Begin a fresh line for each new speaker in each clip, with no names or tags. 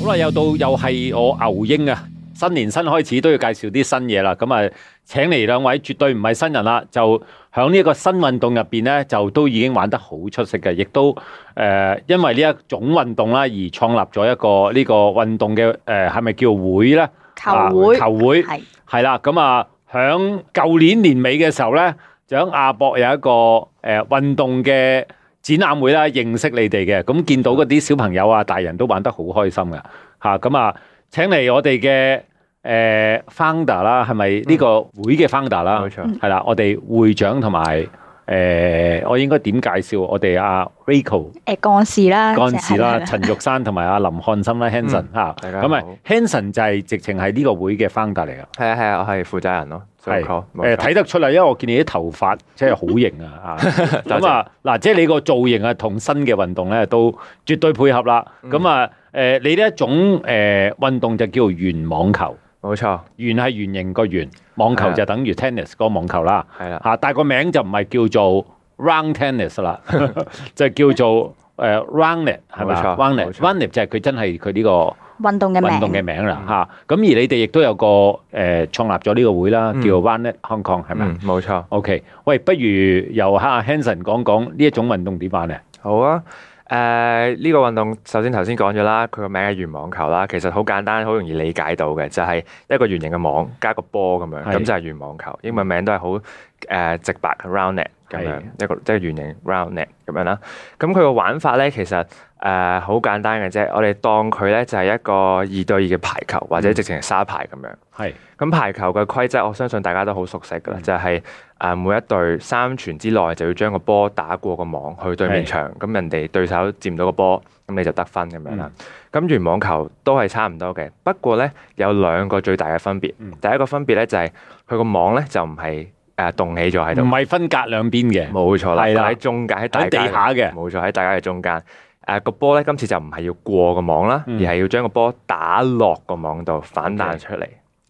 好啦，又到又係我牛英啊！新年新開始都要介紹啲新嘢啦。咁啊，請嚟兩位絕對唔係新人啦，就喺呢一個新運動入邊咧，就都已經玩得好出色嘅，亦都誒、呃因為呢一種運動啦而創立咗一個呢個運動嘅誒係咪叫會咧？
球會
啊球會
係
係啦，咁啊，響舊年年尾嘅時候咧，就喺亞博有一個誒、呃、運動嘅展覽會啦，認識你哋嘅，咁見到嗰啲小朋友啊、大人都玩得好開心嘅嚇，咁啊，請嚟我哋嘅誒 founder 啦，係咪呢個
嗯
會嘅 founder 啦？
冇錯
嗯
係啦，我哋會長同埋誒，呃我應該點介紹我哋啊阿 Rico？
誒幹事啦，
嗰陣時
係啊
啦，
啦
陳玉山同埋阿啊林漢森啦，Hanson 嚇，
嗯大家
咁啊
好
，Hanson 就係直情係呢個會嘅 founder 嚟噶，
係啊係啊，我係負責人咯，
係
誒
誒睇得出嚟，因為我見你啲頭髮真係好型 啊，嚇
多謝
咁啊嗱，即係你個造型啊，同新嘅運動咧都絕對配合啦。
嗯
咁啊誒，你呢一種誒運動就叫圓網球，
冇錯，
圓係圓形個圓，網球就等於 tennis 個網球啦。
啊
啊
係啦，
嚇，但係個名就唔係叫做 round tennis 啦，就叫做誒 roundnet 係咪
冇錯冇錯
？roundnet，roundnet 就係佢真係佢呢個
運動嘅
運動嘅
名，
名啦嚇。咁而你哋亦都有個誒創立咗呢個會啦，
嗯
叫 roundnet Hong Kong 係咪啊
嗯冇錯，
？OK，喂，不如由下 Hanson 講講呢一種運動點玩咧？
好啊。誒呢個運動首先頭先講咗啦，佢個名係圓網球啦，其實好簡單，好容易理解到嘅，就係一個圓形嘅網加個波咁樣，
係
咁就係圓網球。英文名都係好誒直白嘅 round net 咁樣
係，
一個即係圓形 round net 咁樣啦。咁佢個玩法咧其實誒好簡單嘅啫，我哋當佢咧就係一個二對二嘅排球，或
嗯
者直情係沙排咁樣。
係
咁排球嘅規則，我相信大家都好熟悉㗎啦，
嗯
就係誒每一隊三傳之內就要將個波打過個網去對
係
面
嗯
場，咁人哋對手佔到個波，咁你就得分咁樣啦。咁圓網球都係差唔多嘅，不過咧有兩個最大嘅分別
嗯。
第一個分別咧就係佢個網咧就唔係誒棟起咗喺
唔
度，
係分隔兩邊嘅？
冇錯啦，
係啦
佢喺中間喺大
喺
家
地下嘅
冇錯喺大家嘅中間。誒個波咧今次就唔係要過個網啦，
嗯
而係要將個波打落個網度反
OK
彈出嚟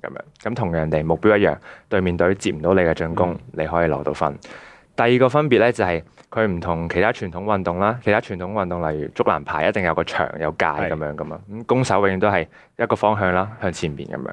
咁樣。咁同樣地目標一樣，對面隊接唔到你嘅進攻，
嗯
你可以攞到分。第二個分別咧就係佢唔同其他傳統運動啦，其他傳統運動例如竹籃排一定有個場有界
係
咁樣噶嘛，咁攻守永遠都係一個方向啦，向前面咁樣。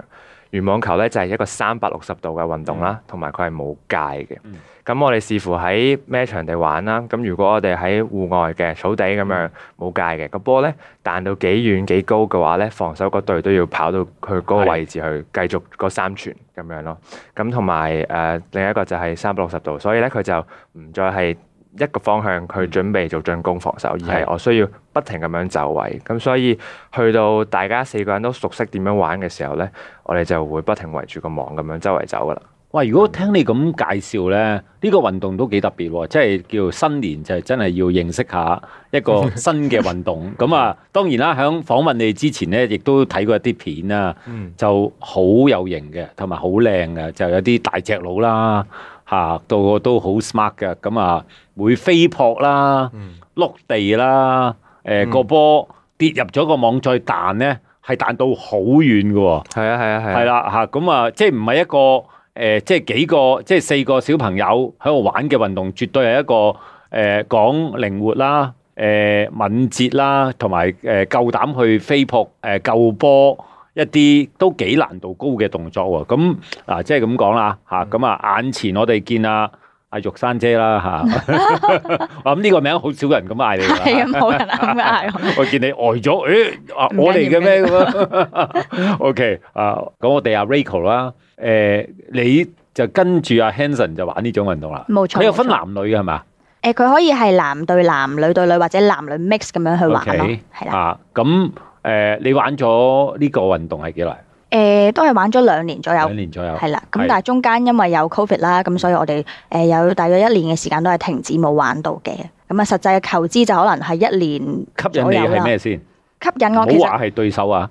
圓網球咧就係一個三百六十度嘅運動啦，同埋佢係冇界嘅。
嗯
咁我哋視乎喺咩場地玩啦。咁如果我哋喺戶外嘅草地咁
嗯
樣冇界嘅，個波咧彈到幾遠幾高嘅話咧，防守嗰隊都要跑到佢嗰個位置去繼續嗰三傳咁樣咯。咁同埋誒另一個就係三百六十度，所以咧佢就唔再係一個方向去準備做進攻防守，而係
嗯係
我需要不停咁樣走位。咁所以去到大家四個人都熟悉點樣玩嘅時候咧，我哋就會不停圍住個網咁樣周圍走噶啦。
喂，如果聽你咁介紹咧，呢、個運動都幾特別喎，即係叫新年就係真係要認識下一個 新嘅運動。咁啊，當然啦，響訪問你之前咧，亦都睇過一啲片啦，
嗯，
就好有型嘅，同埋好靚嘅，就有啲大隻佬啦，嚇、到個都好 smart 嘅，咁啊會飛撲啦，碌地啦，誒、
嗯
個波跌入咗個網再彈咧，係彈到好遠嘅喎。
係啊，係啊，係
係
啊。
啦嚇，咁啊，即係唔係一個誒、呃即係幾個，即係四個小朋友喺度玩嘅運動，絕對係一個誒、呃、講靈活啦、誒、敏捷啦，同埋誒夠膽去飛撲、誒、救波一啲都幾難度高嘅動作喎。咁嗱、即係咁講啦嚇，咁啊，眼前我哋見啊。阿玉珊姐啦嚇， 我諗呢個名好少人咁嗌你㗎啦
係啊，冇人啱嘅嗌我。
我見你呆咗，誒、啊
唔緊要
我嚟嘅咩咁啊 ？OK，啊，咁我哋阿 Rachel 啦，誒、你就跟住阿 Hanson 就玩呢種運動啦。
冇錯
佢有分
冇錯
男女嘅係嘛
誒，佢可以係男對男、女對女或者男女 mix 咁樣去玩咯，
？OK，
係啦。
啊，咁誒、你玩咗呢個運動係幾耐？
誒，都係玩咗兩年左右
兩，年左右。
係啦。咁
係
但係中間因為有 covid 啦，咁所以我哋誒有大約一年嘅時間都係停止冇玩到嘅。咁啊，實際嘅求知就可能係一年
吸引
左
你
右啦
係咩先？
吸引
唔好
我其實。
話係對手啊。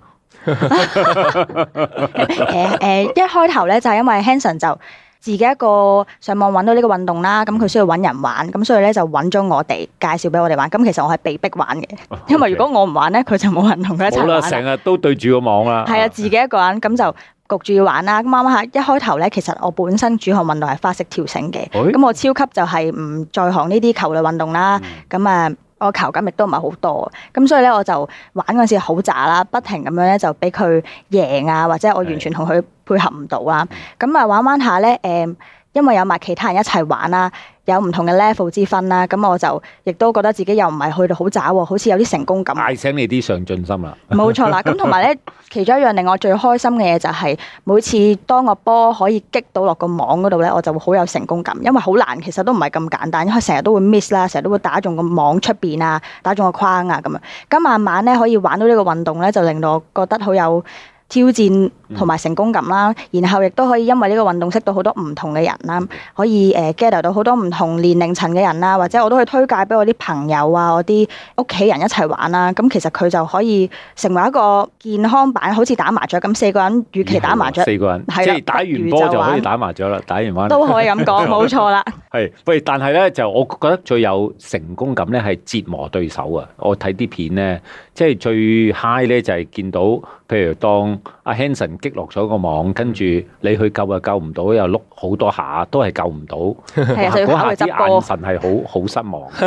誒誒，一開頭咧就係因為 Hanson 就自己一個上網揾到呢個運動啦，咁佢需要揾人玩，咁所以咧就揾咗我哋介紹俾我哋玩。咁其實我係被逼玩嘅， 因為如 果我唔玩咧，佢就冇人同佢一齊
哦好啦，
玩啦。
成日都對住個網啦。
係啊，自己一個人咁就焗住要玩啦。咁啱啱下一開頭咧，其實我本身主項運動係花式跳繩嘅，
哎嗯
咁我超級就係唔在行呢啲球類運動啦。咁啊，我球感亦都唔係好多，咁所以咧我就玩嗰陣時好渣啦，不停咁樣咧就俾佢贏啊，或者我完全同佢配合唔到啦。咁啊玩玩下咧，誒、因為有埋其他人一齊玩啦，有唔同嘅 level 之分啦，咁我就亦都覺得自己又唔係去到好渣喎，好似有啲成功感。
嗌醒你啲上進心啦，
冇錯啦，咁同埋咧，其中一樣令我最開心嘅嘢就係、每次當個波可以擊到落個網嗰度咧，我就會好有成功感，因為好難，其實都唔係咁簡單，因為成日都會 miss 啦，成日都會打中個網出邊啊，打中個框啊咁樣。咁慢慢咧可以玩到呢個運動咧，就令到我覺得好有挑戰同埋成功感啦。然後亦都可以因為呢個運動識到好多唔同嘅人啦，可以誒 gather 到好多唔同年齡層嘅人啦，或者我都去推介俾我啲朋友啊，我啲屋企人一齊玩啦。咁其實佢就可以成為一個健康版，好似打麻雀咁，四個人與其打麻雀
四個人，
係啦
即係打完波就可以打麻雀啦，打完玩
都可以咁講，冇 錯啦。
係，喂，但係咧就我覺得最有成功感咧係折磨對手啊！我睇啲片咧，即係最 high 咧就係見到，譬如當阿 Hanson 擊落咗個
嗯
網，跟住你去救又救唔到，又碌好多下都係救唔到，
係啊，就要考
嗰
佢
下啲
執波
眼。神係好 好失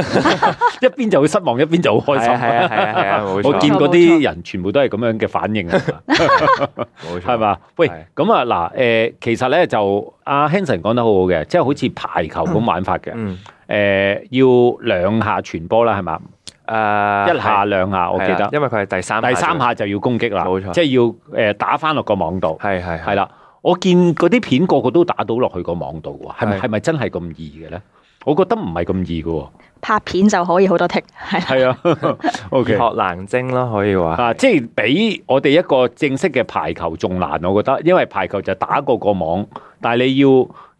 望，一邊就會失望，一邊就好開
係啊係啊
心。
係啊係 啊，冇
我
錯
見嗰啲人全部都係咁樣嘅反應啊！
冇錯
係嘛？喂
係，
咁啊嗱，誒，其實咧就阿 Hanson 講得好好嘅，即係好似排球咁玩法嘅。
嗯
誒、呃要兩下傳波啦，係嘛？
誒
一下兩下，我記
啊係啦
得。
因為佢係第三
第三下就要攻擊啦，
冇錯
即係要誒、打翻落個網度，
係係
係啦。我見嗰啲片個個都打到落去個網度喎，係咪
係
係咪真係咁易嘅咧？我覺得唔係咁易嘅喎。
拍片就可以好多 tick，係 啦
係啊 ，OK
學難精咯，可以話
啊，即係比我哋一個正式嘅排球仲難，我覺得，因為排球就打過個網，但係你要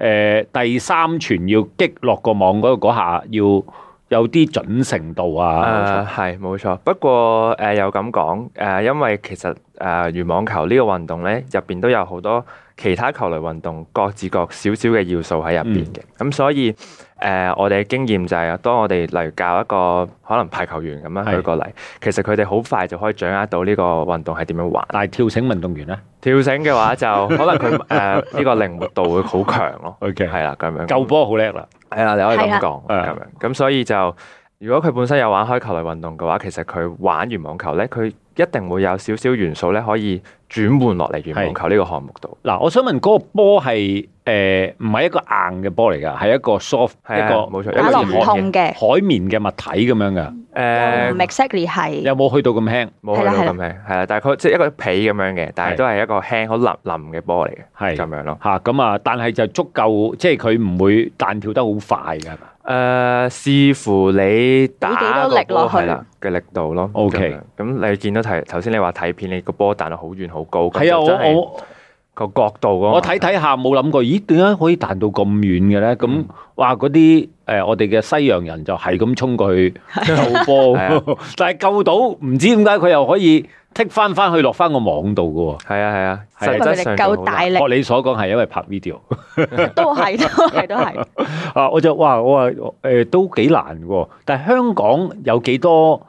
誒、第三傳要擊落個網嗰嗰下，要有啲準程度啊。
誒呃係冇錯，不過誒又咁講誒，因為其實誒羽網球呢個運動咧，入邊都有好多其他球類運動各自各少少嘅要素喺入
嗯
邊嘅，咁、所以誒、我哋嘅經驗就係、當我哋例如教一個可能排球員咁樣
係
舉個例，其實佢哋好快就可以掌握到呢個運動係點樣 玩。
但係跳繩運動員咧啊
跳繩嘅話就可能佢呃誒呢個靈活度會好強 咯，
，OK
係啦咁樣。
啊救波好叻啦，
係啦，你可以
係啦
咁講
誒
咁樣。咁所以就如果佢本身有玩開球類運動嘅話，其實佢玩完網球咧，佢一定會有少少元素咧可以轉換落嚟羽網球呢個項目度。
嗱，我想問嗰個波係誒唔係一個硬嘅波嚟㗎，係一個 soft
係
一
啊
個
冇錯
打落
一
唔
個海
痛嘅，
海綿嘅物體咁樣㗎，
誒
哦唔 exactly 係。
有冇去到咁輕？
冇去到咁輕，係啦，但係佢即係一個皮咁樣嘅，但係都係一個輕好腍腍嘅波嚟嘅，
係
咁樣咯。
嚇咁啊！但係就足夠，即係佢唔會彈跳得好快㗎。係嘛
誒，視乎你打個
俾幾多力落
波
去
係啦嘅力度咯。
OK
咁樣咁你見到睇頭先你話睇片，你個波彈到好遠好高，咁
係啊，
就真係
我我
個角度嗰個
我
問
睇
題
睇下冇諗過，咦？點解可以彈到咁遠嘅咧？咁
嗯
哇！嗰啲誒我哋嘅西洋人就係咁衝過 去救
係啊
波，但係救到唔知點解佢又可以剔翻翻去落翻個網度
係啊係啊，
係
實
因為
質
佢哋
上
夠大
嘅
力
喎。，學你所講係因為拍 video。
都係都係都係。
啊，我就哇，我話誒、都幾難喎。但係香港有幾多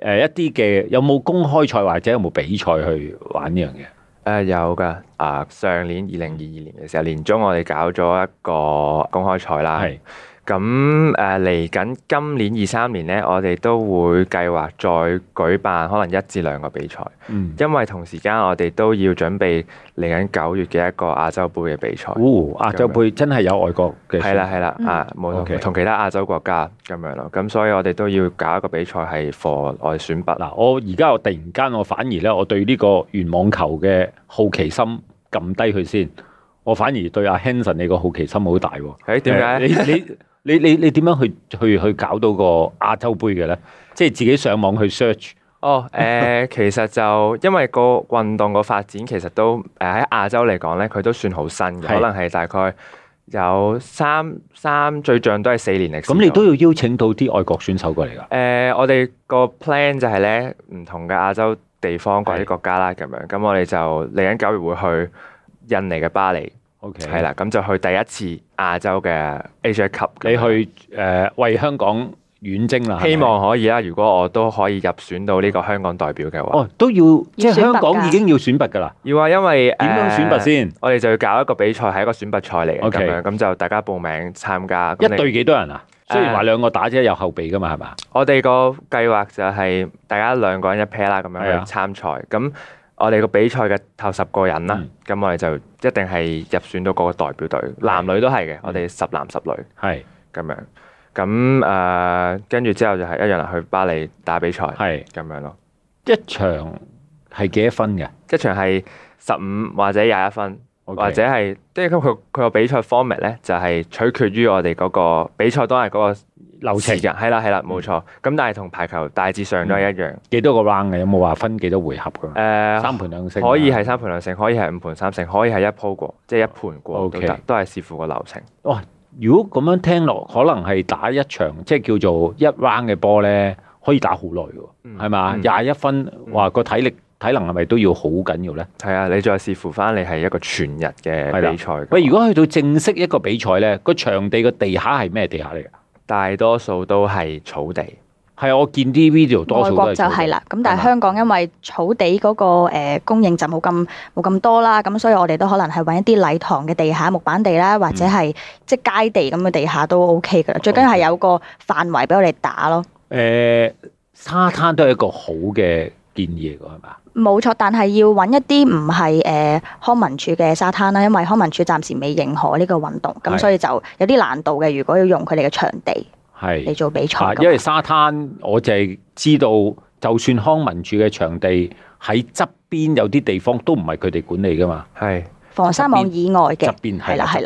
誒、一啲嘅有冇公開賽或者有冇比賽去玩呢樣嘢？
誒、呃有㗎，啊上年二零二二年嘅時候，年中我哋搞咗一個公開賽啦。
係
咁誒嚟緊今年二三年咧，我哋都會計劃再舉辦可能一至兩個比賽，
嗯，
因為同時間我哋都要準備嚟緊九月嘅一個亞洲杯嘅比賽。
哦，亞洲杯真係有外國嘅，
係啦，係啦，
嗯
啊冇
OK
錯，同其他亞洲國家咁樣咯，咁所以我哋都要搞一個比賽係 for 我哋選拔啦。
嗱，我而家我突然間我反而咧，我對呢個原網球嘅好奇心撳低佢先，我反而對阿 Hanson 你個好奇心好大喎。
誒點解咧？
誒你你你你你點樣去去去搞到個亞洲杯嘅咧？即係自己上網去 search。
哦，誒、 其實就因為個運動個發展其實都誒喺亞洲嚟講咧，佢都算好新嘅，
係
可能係大概有三三最漲都係四年歷史。
咁你都要邀請到啲外國選手過嚟㗎。
誒、我哋個 plan 就係咧，唔同嘅亞洲地方或者國家啦，咁樣咁我哋就嚟緊九月會去印尼嘅巴黎，
O K，
係啦，咁就去第一次亞洲嘅 Asia Cup 咁樣。
你去誒、呃為香港遠征啦。係咪
希望可以啦。如果我都可以入選到呢個香港代表嘅話，
哦都要，即係
要選
香
拔㗎
港已經要選拔㗎啦。
要啊，因為
點樣選拔？
誒
先？
我哋就要搞一個比賽，係一個選拔賽嚟嘅
OK
咁樣，咁就大家報名參加。咁
一
你
隊幾多人啊？雖然
誒
話兩個打啫，有後備㗎嘛，係嘛？
我哋個計劃就係大家兩個人一 pair 啦，咁樣
係啊
去參賽。咁我哋個比賽嘅頭十個人啦
嗯，
咁我哋就一定係入選到嗰個代表隊，男女都係
嗯
嘅。我哋十男十女
係
咁樣。咁誒，跟住之後就係一樣啦，去巴黎打比賽
係
咁樣咯。
一場係幾多分嘅？
一場係十五或者廿一分，
OK
或者係即係佢佢個比賽 format 咧，就係取決於我哋嗰個比賽當日嗰個
流程
時間。係啦係啦，
嗯
冇錯。咁但係同排球大致上都係一樣。
幾多個 round 嘅？有冇話分幾多回合㗎？
誒，
三盤兩勝啊
可以係三盤兩勝，可以係五盤三勝，可以係一鋪過，即係一盤過都
OK
得，都係視乎個流程。
如果咁樣聽落，可能係打一場即係叫做一 round 嘅波咧，可以打好耐喎，
嗯
係嘛？
嗯
廿一分，哇！個體力體能係咪都要好緊要咧？
係啊，你再視乎翻你係一個全日嘅
係啦
比賽嘅話。
喂，如果去到正式一個比賽咧，個場地個地下係咩地下嚟㗎？
大多數都係草地，
係啊我見啲 video 多
外
數都
國
係
就
草地
係啦，咁但
係嘛
係香港因為草地嗰、個、呃、供應就冇咁冇咁多啦，咁所以我哋都可能係揾一啲禮堂嘅地下木板地啦，或者係、即係街地咁嘅地下都 OK 噶啦。最緊要係有個範圍俾我哋打咯。
誒、沙灘都係一個好嘅建議嚟㗎，係嘛？
冇錯，但係要揾一啲唔係誒康文署嘅沙灘啦，因為康文署暫時未認可呢個運動，
係
咁所以就有啲難度嘅。如果要用佢哋嘅場地嚟
係
做比賽
啊，
嘅話，
因為沙灘我就係知道，就算康文署嘅場地喺側邊有啲地方都唔係佢哋管理㗎嘛，
係
防沙網以外嘅
側，邊
係
係啦
啦係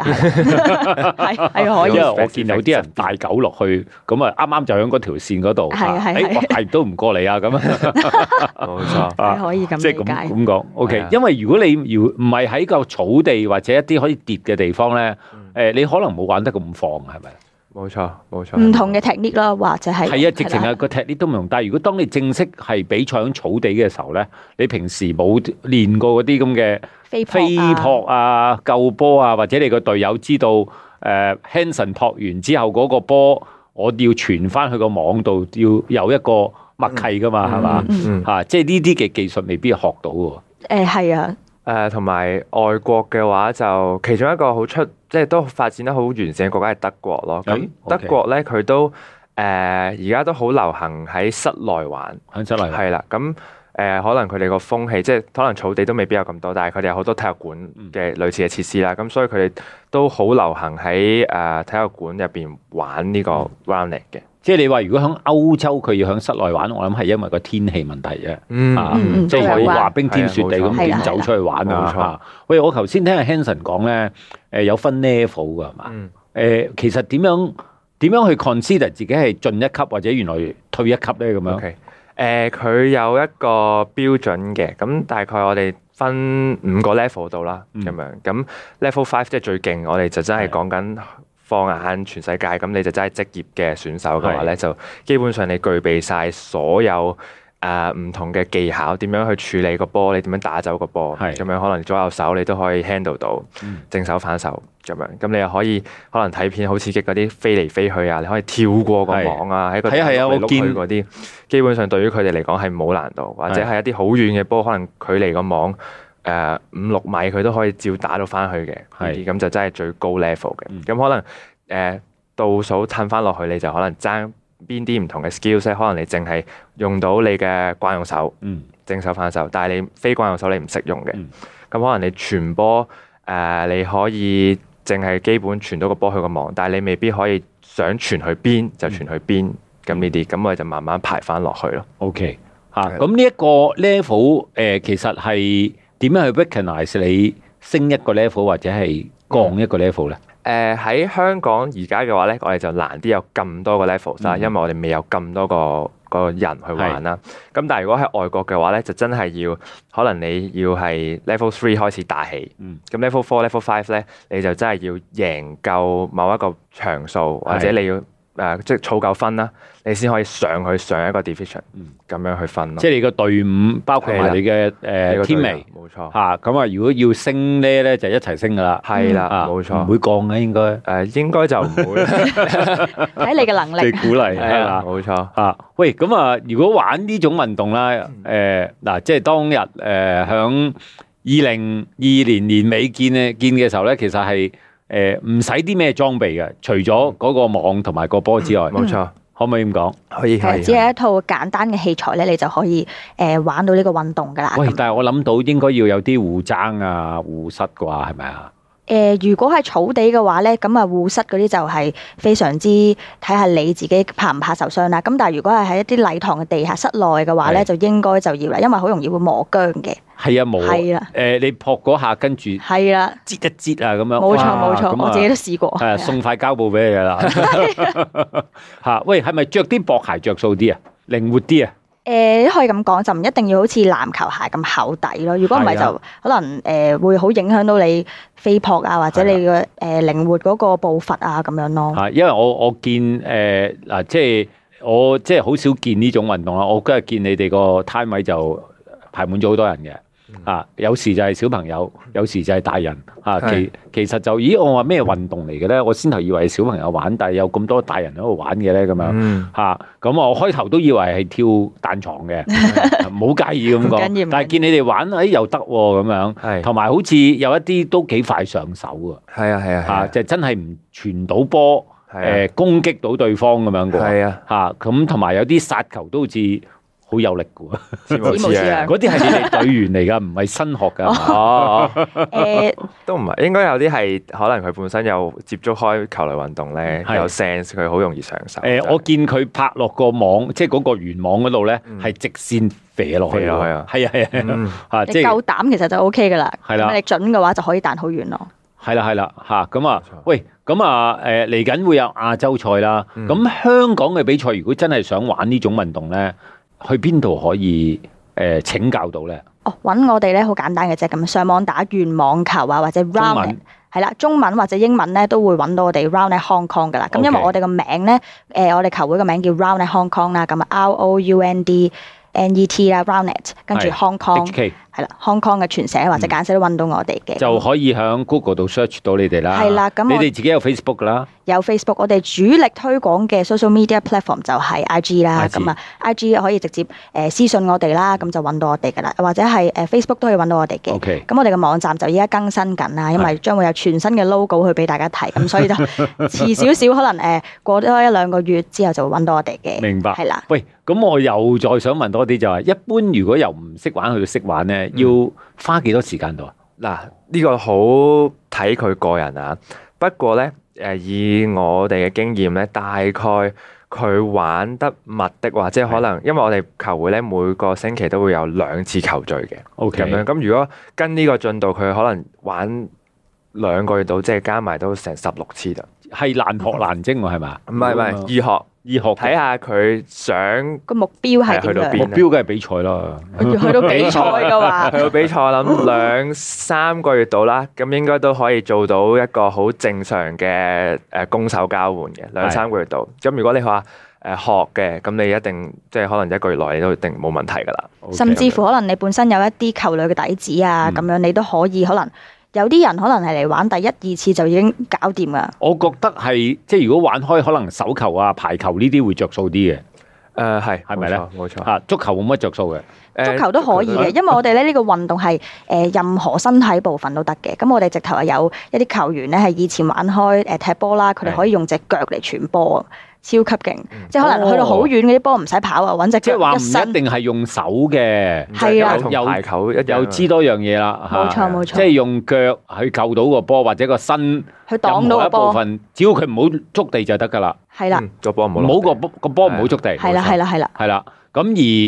啦係啦係係可
因
以
為。我見有啲人帶狗落去，咁啊啱啱就喺嗰條線嗰度，
係
啊
係
誒
係
我大都唔過嚟啊咁 啊。。
冇錯
係可以咁
即係
理
咁
解，
咁講
係
，OK
啊。
因為如果你要唔係喺個草地或者一啲可以跌嘅地方咧，誒、你可能冇玩得咁放，係咪？
冇錯，冇錯。
唔同嘅 technique 啦，或者係
係啊，直情
啦
係個踢呢都唔同。但係如果當你正式係比賽喺草地嘅時候咧，你平時冇練過嗰啲咁嘅
飛
飛
撲啊
撲啊、救波啊，或者你個隊友知道誒、呃 Hanson 撲完之後嗰個波，我要傳翻去個網度，要有一個默契噶嘛，係嘛、
嗯嗯
嚇、即係呢啲嘅技術未必學到喎。
誒係啊，
誒同埋外國嘅話，就其中一個好出，即係都發展得好完善嘅國家係德國咯。咁
嗯
德
OK
國咧，佢都誒而家都好流行喺室內玩。
喺出嚟，
係啦，咁誒、呃可能佢哋個風氣，即係可能草地都未必有咁多，但係佢哋有好多體育館嘅類似嘅設施啦，咁、所以佢哋都好流行喺誒、呃、體育館入邊玩呢個 round 嚟嘅。
即係你話如果喺歐洲佢要喺室內玩，我諗係因為個天氣問題啫。
嗯
啊
嗯嗯
即係
都
你
有關
話冰天雪地咁點走出去玩
冇
啊？
錯
嚇喂，我頭先聽阿 Hanson 講咧，誒有分 level 噶係嘛？
嗯
誒其實點樣點樣去 consider 自己係進一級或者原來退一級咧咁樣？
OK，誒呃佢、有一個標準嘅，咁大概我哋分五個 level 度啦，
嗯
咁、樣，咁 level five 即係最勁，我哋就真
係
係講緊放眼全世界，咁你就真係職業嘅選手嘅話
係
咧，就基本上你具備晒所有。誒唔、同嘅技巧，點樣去處理個波？你點樣打走個波？
係
咁樣可能左右手你都可以 handle 到，
嗯
正手反手咁樣。咁你又可以可能睇片好刺激嗰啲飛嚟飛去啊，你可以跳過個
係
網啊，喺個
係啊係啊
碌嚟
我
碌去
見
嗰啲。基本上對於佢哋嚟講係冇難度，或者係一啲好遠嘅波，可能距離個網誒五六米，佢都可以照打到翻去嘅。呢
係
啲咁就真係最高 level 嘅。咁、
嗯
可能誒、呃倒數褪翻落去，你就可能爭邊啲唔同嘅 skills 咧。可能你淨係用到你嘅慣用手，
嗯，
正手反手，但係你非慣用手你唔識用嘅。咁、
嗯
可能你傳波誒、呃你可以淨係基本傳到個波去個網，但係你未必可以想傳去邊就傳去邊。咁呢啲，咁我哋就慢慢排翻落去咯。
OK 嚇，
係
咁呢一個 level 誒、其實係點樣去 recognize 你升一個 level 或者係降一個 level 咧？
誒呃喺、香港而家嘅話咧，我哋就難啲有咁多個 level 啦，
嗯
因為我哋未有咁多個個人去玩啦。咁但係如果喺外國嘅話咧，就真係要可能你要係 level three 開始打起，咁、
嗯
level four、level five 咧，你就真係要贏夠某一個場數，或者
係
你要誒即係儲夠分啦，你先可以上去上一個 division
嗯
咁樣去分咯。
即係你個隊伍包括埋你嘅
呢個
誒
對
天
啦
微
冇錯，
嚇，咁啊如果要升呢咧就一齊升噶啦，
係啦，
啊
冇
唔
錯。
會降嘅應該。
誒應該就唔 會啦，
睇你嘅能力。
鼓 勵
係
係
啦，
啦。
冇錯，
啊，喂，咁啊，如果玩呢種運動啦，誒、
嗯
嗱，即係當日誒響二零二年年尾見咧見嘅時候咧，其實係誒唔使啲咩裝備嘅，除
嗯
咗嗰個網同埋個波之外，
冇錯，
可唔可以咁
啊
講？
可以可
係
以。
只係一套簡單嘅器材咧，你就可以诶、呃玩到呢個運動㗎啦。
喂，但係我諗到應該要有啲護踭啊、護膝啩，係咪啊？
诶、如果係草地嘅話咧，咁啊護膝嗰啲就係非常之睇下你自己怕唔怕受傷啦。咁但係如果係喺一啲禮堂嘅地下室內嘅話咧，
係
就應該就要啦，因為好容易會磨姜嘅。
係啊，冇誒、
係啦，
你撲嗰下跟住
係啦，
擠一擠啊，咁樣
冇錯
哇
冇錯，
咁啊
我自己都試過。係
係
啊
啊送塊膠布俾你㗎啦。 嚇，喂，係咪着啲薄鞋着數啲啊？靈活啲啊？
誒、呃可以咁講，就唔一定要好似籃球鞋咁厚底咯。如果唔
係
係
啊
就可能誒、呃會好影響到你飛撲啊，或者你嘅誒、靈活嗰個步伐啊咁 樣咯。
啊，因為我我見誒嗱、即係我即係好少見呢種運動啦。我今日見你哋個攤位就排滿咗好多人嘅。啊，有時就係小朋友，有時就係大人。啊，其其實就咦，我話咩運動嚟嘅咧？我先頭以為係小朋友玩，但係有咁多大人喺度玩嘅咧，咁樣。
嗯，
嚇！咁啊我開頭都以為係跳彈床 嘅，唔好介意咁
唔緊要
講
唔。
但係見你哋玩，誒又得喎咁樣，
係
同埋好似有一啲都幾快上手
係啊，係啊，
啊！呃
係
嚇，
啊
就真係唔傳到波，
係啊
誒攻擊到對方咁樣嘅喎。
係啊，
嚇咁同埋有啲殺球都好似好有力 嘅喎。
似
似
啊
模似樣
嗰啲係你哋隊員嚟㗎，唔係新學㗎。係嘛
哦，哦
誒、
都唔係，應該有啲係可能佢本身有接觸開球類運動咧，
係
有 sense 佢好容易上手。
誒，我見佢拍落個網，即係嗰個圓網嗰度咧，係直線射落去
嗯射
㗎
落去
喎。
啊
係啊 係
嗯
啊，嚇
你
即係
夠膽其實就 O K 噶啦。
係啦
咁你準嘅話就可以彈好遠咯。
係啦係啦嚇咁啊
冇錯，
喂咁啊誒嚟緊會有亞洲賽啦。
嗯
咁、香港嘅比賽，如果真係想玩呢種運動咧，去邊度可以誒、呃、請教到咧？
哦，揾我哋咧好簡單嘅啫，咁上網打願網球啊，或者
中
round
文
係啦，中文或者英文咧都會揾到我哋 round at Hong Kong 噶啦。咁
OK
因為我哋個名咧，誒、我哋球會個名叫 round at Hong Kong 啦，咁啊 R O U N D N E T 啦，round at 跟住
係
Hong Kong
HK
係啦，Hong Kong 嘅全寫或者簡寫都揾到我哋嘅。
嗯
嗯
就可以喺 Google 度 search 到你哋啦。
係啦咁
你
我
哋自己有 Facebook 㗎啦。
有 Facebook，我哋主力推廣嘅 social media platform 就係 IG 啦，
IG
咁啊 IG 可以直接誒私信我哋啦，咁就揾到我哋噶啦，或者係誒 Facebook 都可以揾到我哋嘅。
OK
咁我哋嘅網站就依家更新緊啦，因為將會有全新嘅 logo 去俾大家睇，咁所 以就遲少少，可能誒呃過多一兩個月之後就會揾到我哋嘅。
明白
係啦，
喂，咁我又再想問多啲就係、一般如果由唔識玩去到識玩咧，
嗯
要花幾多時間度啊？
嗱，呢個好睇佢個人啊。不過咧，誒以我哋嘅經驗咧，大概佢玩得密的話，即係可能因為我哋球會咧每個星期都會有兩次球聚嘅。
OK
咁樣。咁如果跟呢個進度，佢可能玩兩個月到，即係加埋都成十六次啦。
係難學難精喎，係嘛？哦
唔係唔係，易學
啊醫學
睇
嘅
下佢想
個目標係
係去
點
到
樣
邊？
目標梗係比賽啦。
要 去到比賽嘅話
去，到比賽，諗兩三個月到啦，咁應該都可以做到一個好正常嘅誒攻守交換嘅兩
係
三個月到。咁如果你話誒學嘅，咁你一定即係可能一個月內你都一定冇問題㗎啦。
OK
甚至乎可能你本身有一啲球類嘅底子啊，
嗯
咁樣你都可以可能。有啲人可能係嚟玩第一二次就已經搞掂啦，
我覺得係即係如果玩開可能手球啊、排球呢啲會着數啲嘅，
誒係啊
係咪咧
冇錯冇
啊
錯，
嚇足球冇乜着數嘅。
誒
足球都可以嘅，因為我哋咧呢個運動係誒、呃任何身體部分都得嘅。咁我哋直頭係有一啲球員咧係以前玩開誒、呃踢波啦，佢哋
係
可以用只腳嚟傳波，超級勁！即係可
哦
能去到好遠嗰啲波唔使跑啊，揾只
即係話
腳
唔
一
一
伸，
定係用手嘅，
係啦
因為同排球一樣啊
又知多樣嘢啦。嚇
冇錯冇
即係
錯，
用腳去救到個波或者個身
去擋到
任何一
個
部
波，
分，只要佢唔好觸地就得㗎啦。
係啦，
嗯個波唔好
唔好
落地
個波個波唔好觸地。
係啦，
冇錯
係啦，係啦，
係啦。咁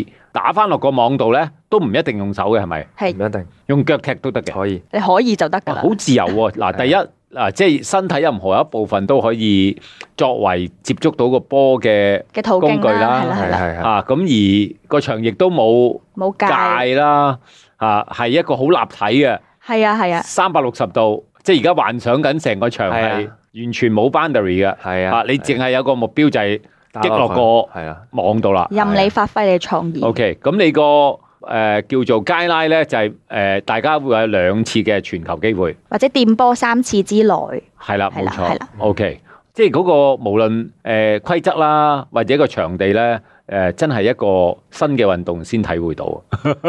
而打翻落個網度咧，都唔一定用手嘅，係咪？
唔
係
一定
用腳踢都得嘅。
可以。
你可以就得㗎
哇
啦
哦好。自由喎！嗱，
係
第一嗱，即係身體任何一部分都可以作為接觸到個波嘅
嘅途
工
徑
具啦
啦，係啦，係
係
啦，
係係
啊，咁而個場亦都冇
冇界，
界啦，啊，係一個好立體嘅
係啊，係啊，
三百六十度，即係而家幻想緊成個場
係
係
啊
完全冇 boundary 嘅，
係啊
啊，你淨係有個目標就係
打
擊落個
佢係啦，
網度啦。啊
任你發揮你嘅創意。
OK，咁你個誒叫做 guideline 咧，就係誒大家會有兩次嘅傳球機會。
或者電波三次之內，
係啦，
係
冇
啦
錯
係啦。
OK，即係嗰個無論誒規則啦，或者個場地咧，誒、呃真係一個新嘅運動先體會到，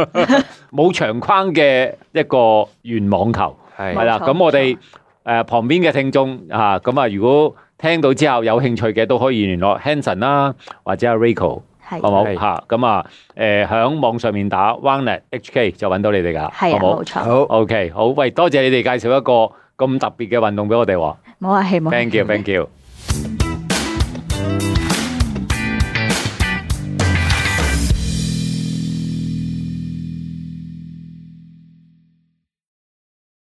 冇長框嘅一個圓網球
係
係啦。
冇錯
咁我哋誒、呃旁邊嘅聽眾啊，咁啊，如果聽到之後有興趣嘅，都可以聯絡 Hanson 啦，或者阿 Rico，
係
好冇
係
嚇？咁啊，誒喺網上面打 OneNet HK 就揾到你哋噶，好
係啊，
冇
冇錯，
好，
？OK，好，喂，多謝你哋介紹一個咁特別嘅運動俾我哋喎。
冇客氣，冇客氣
Thank you，thank you。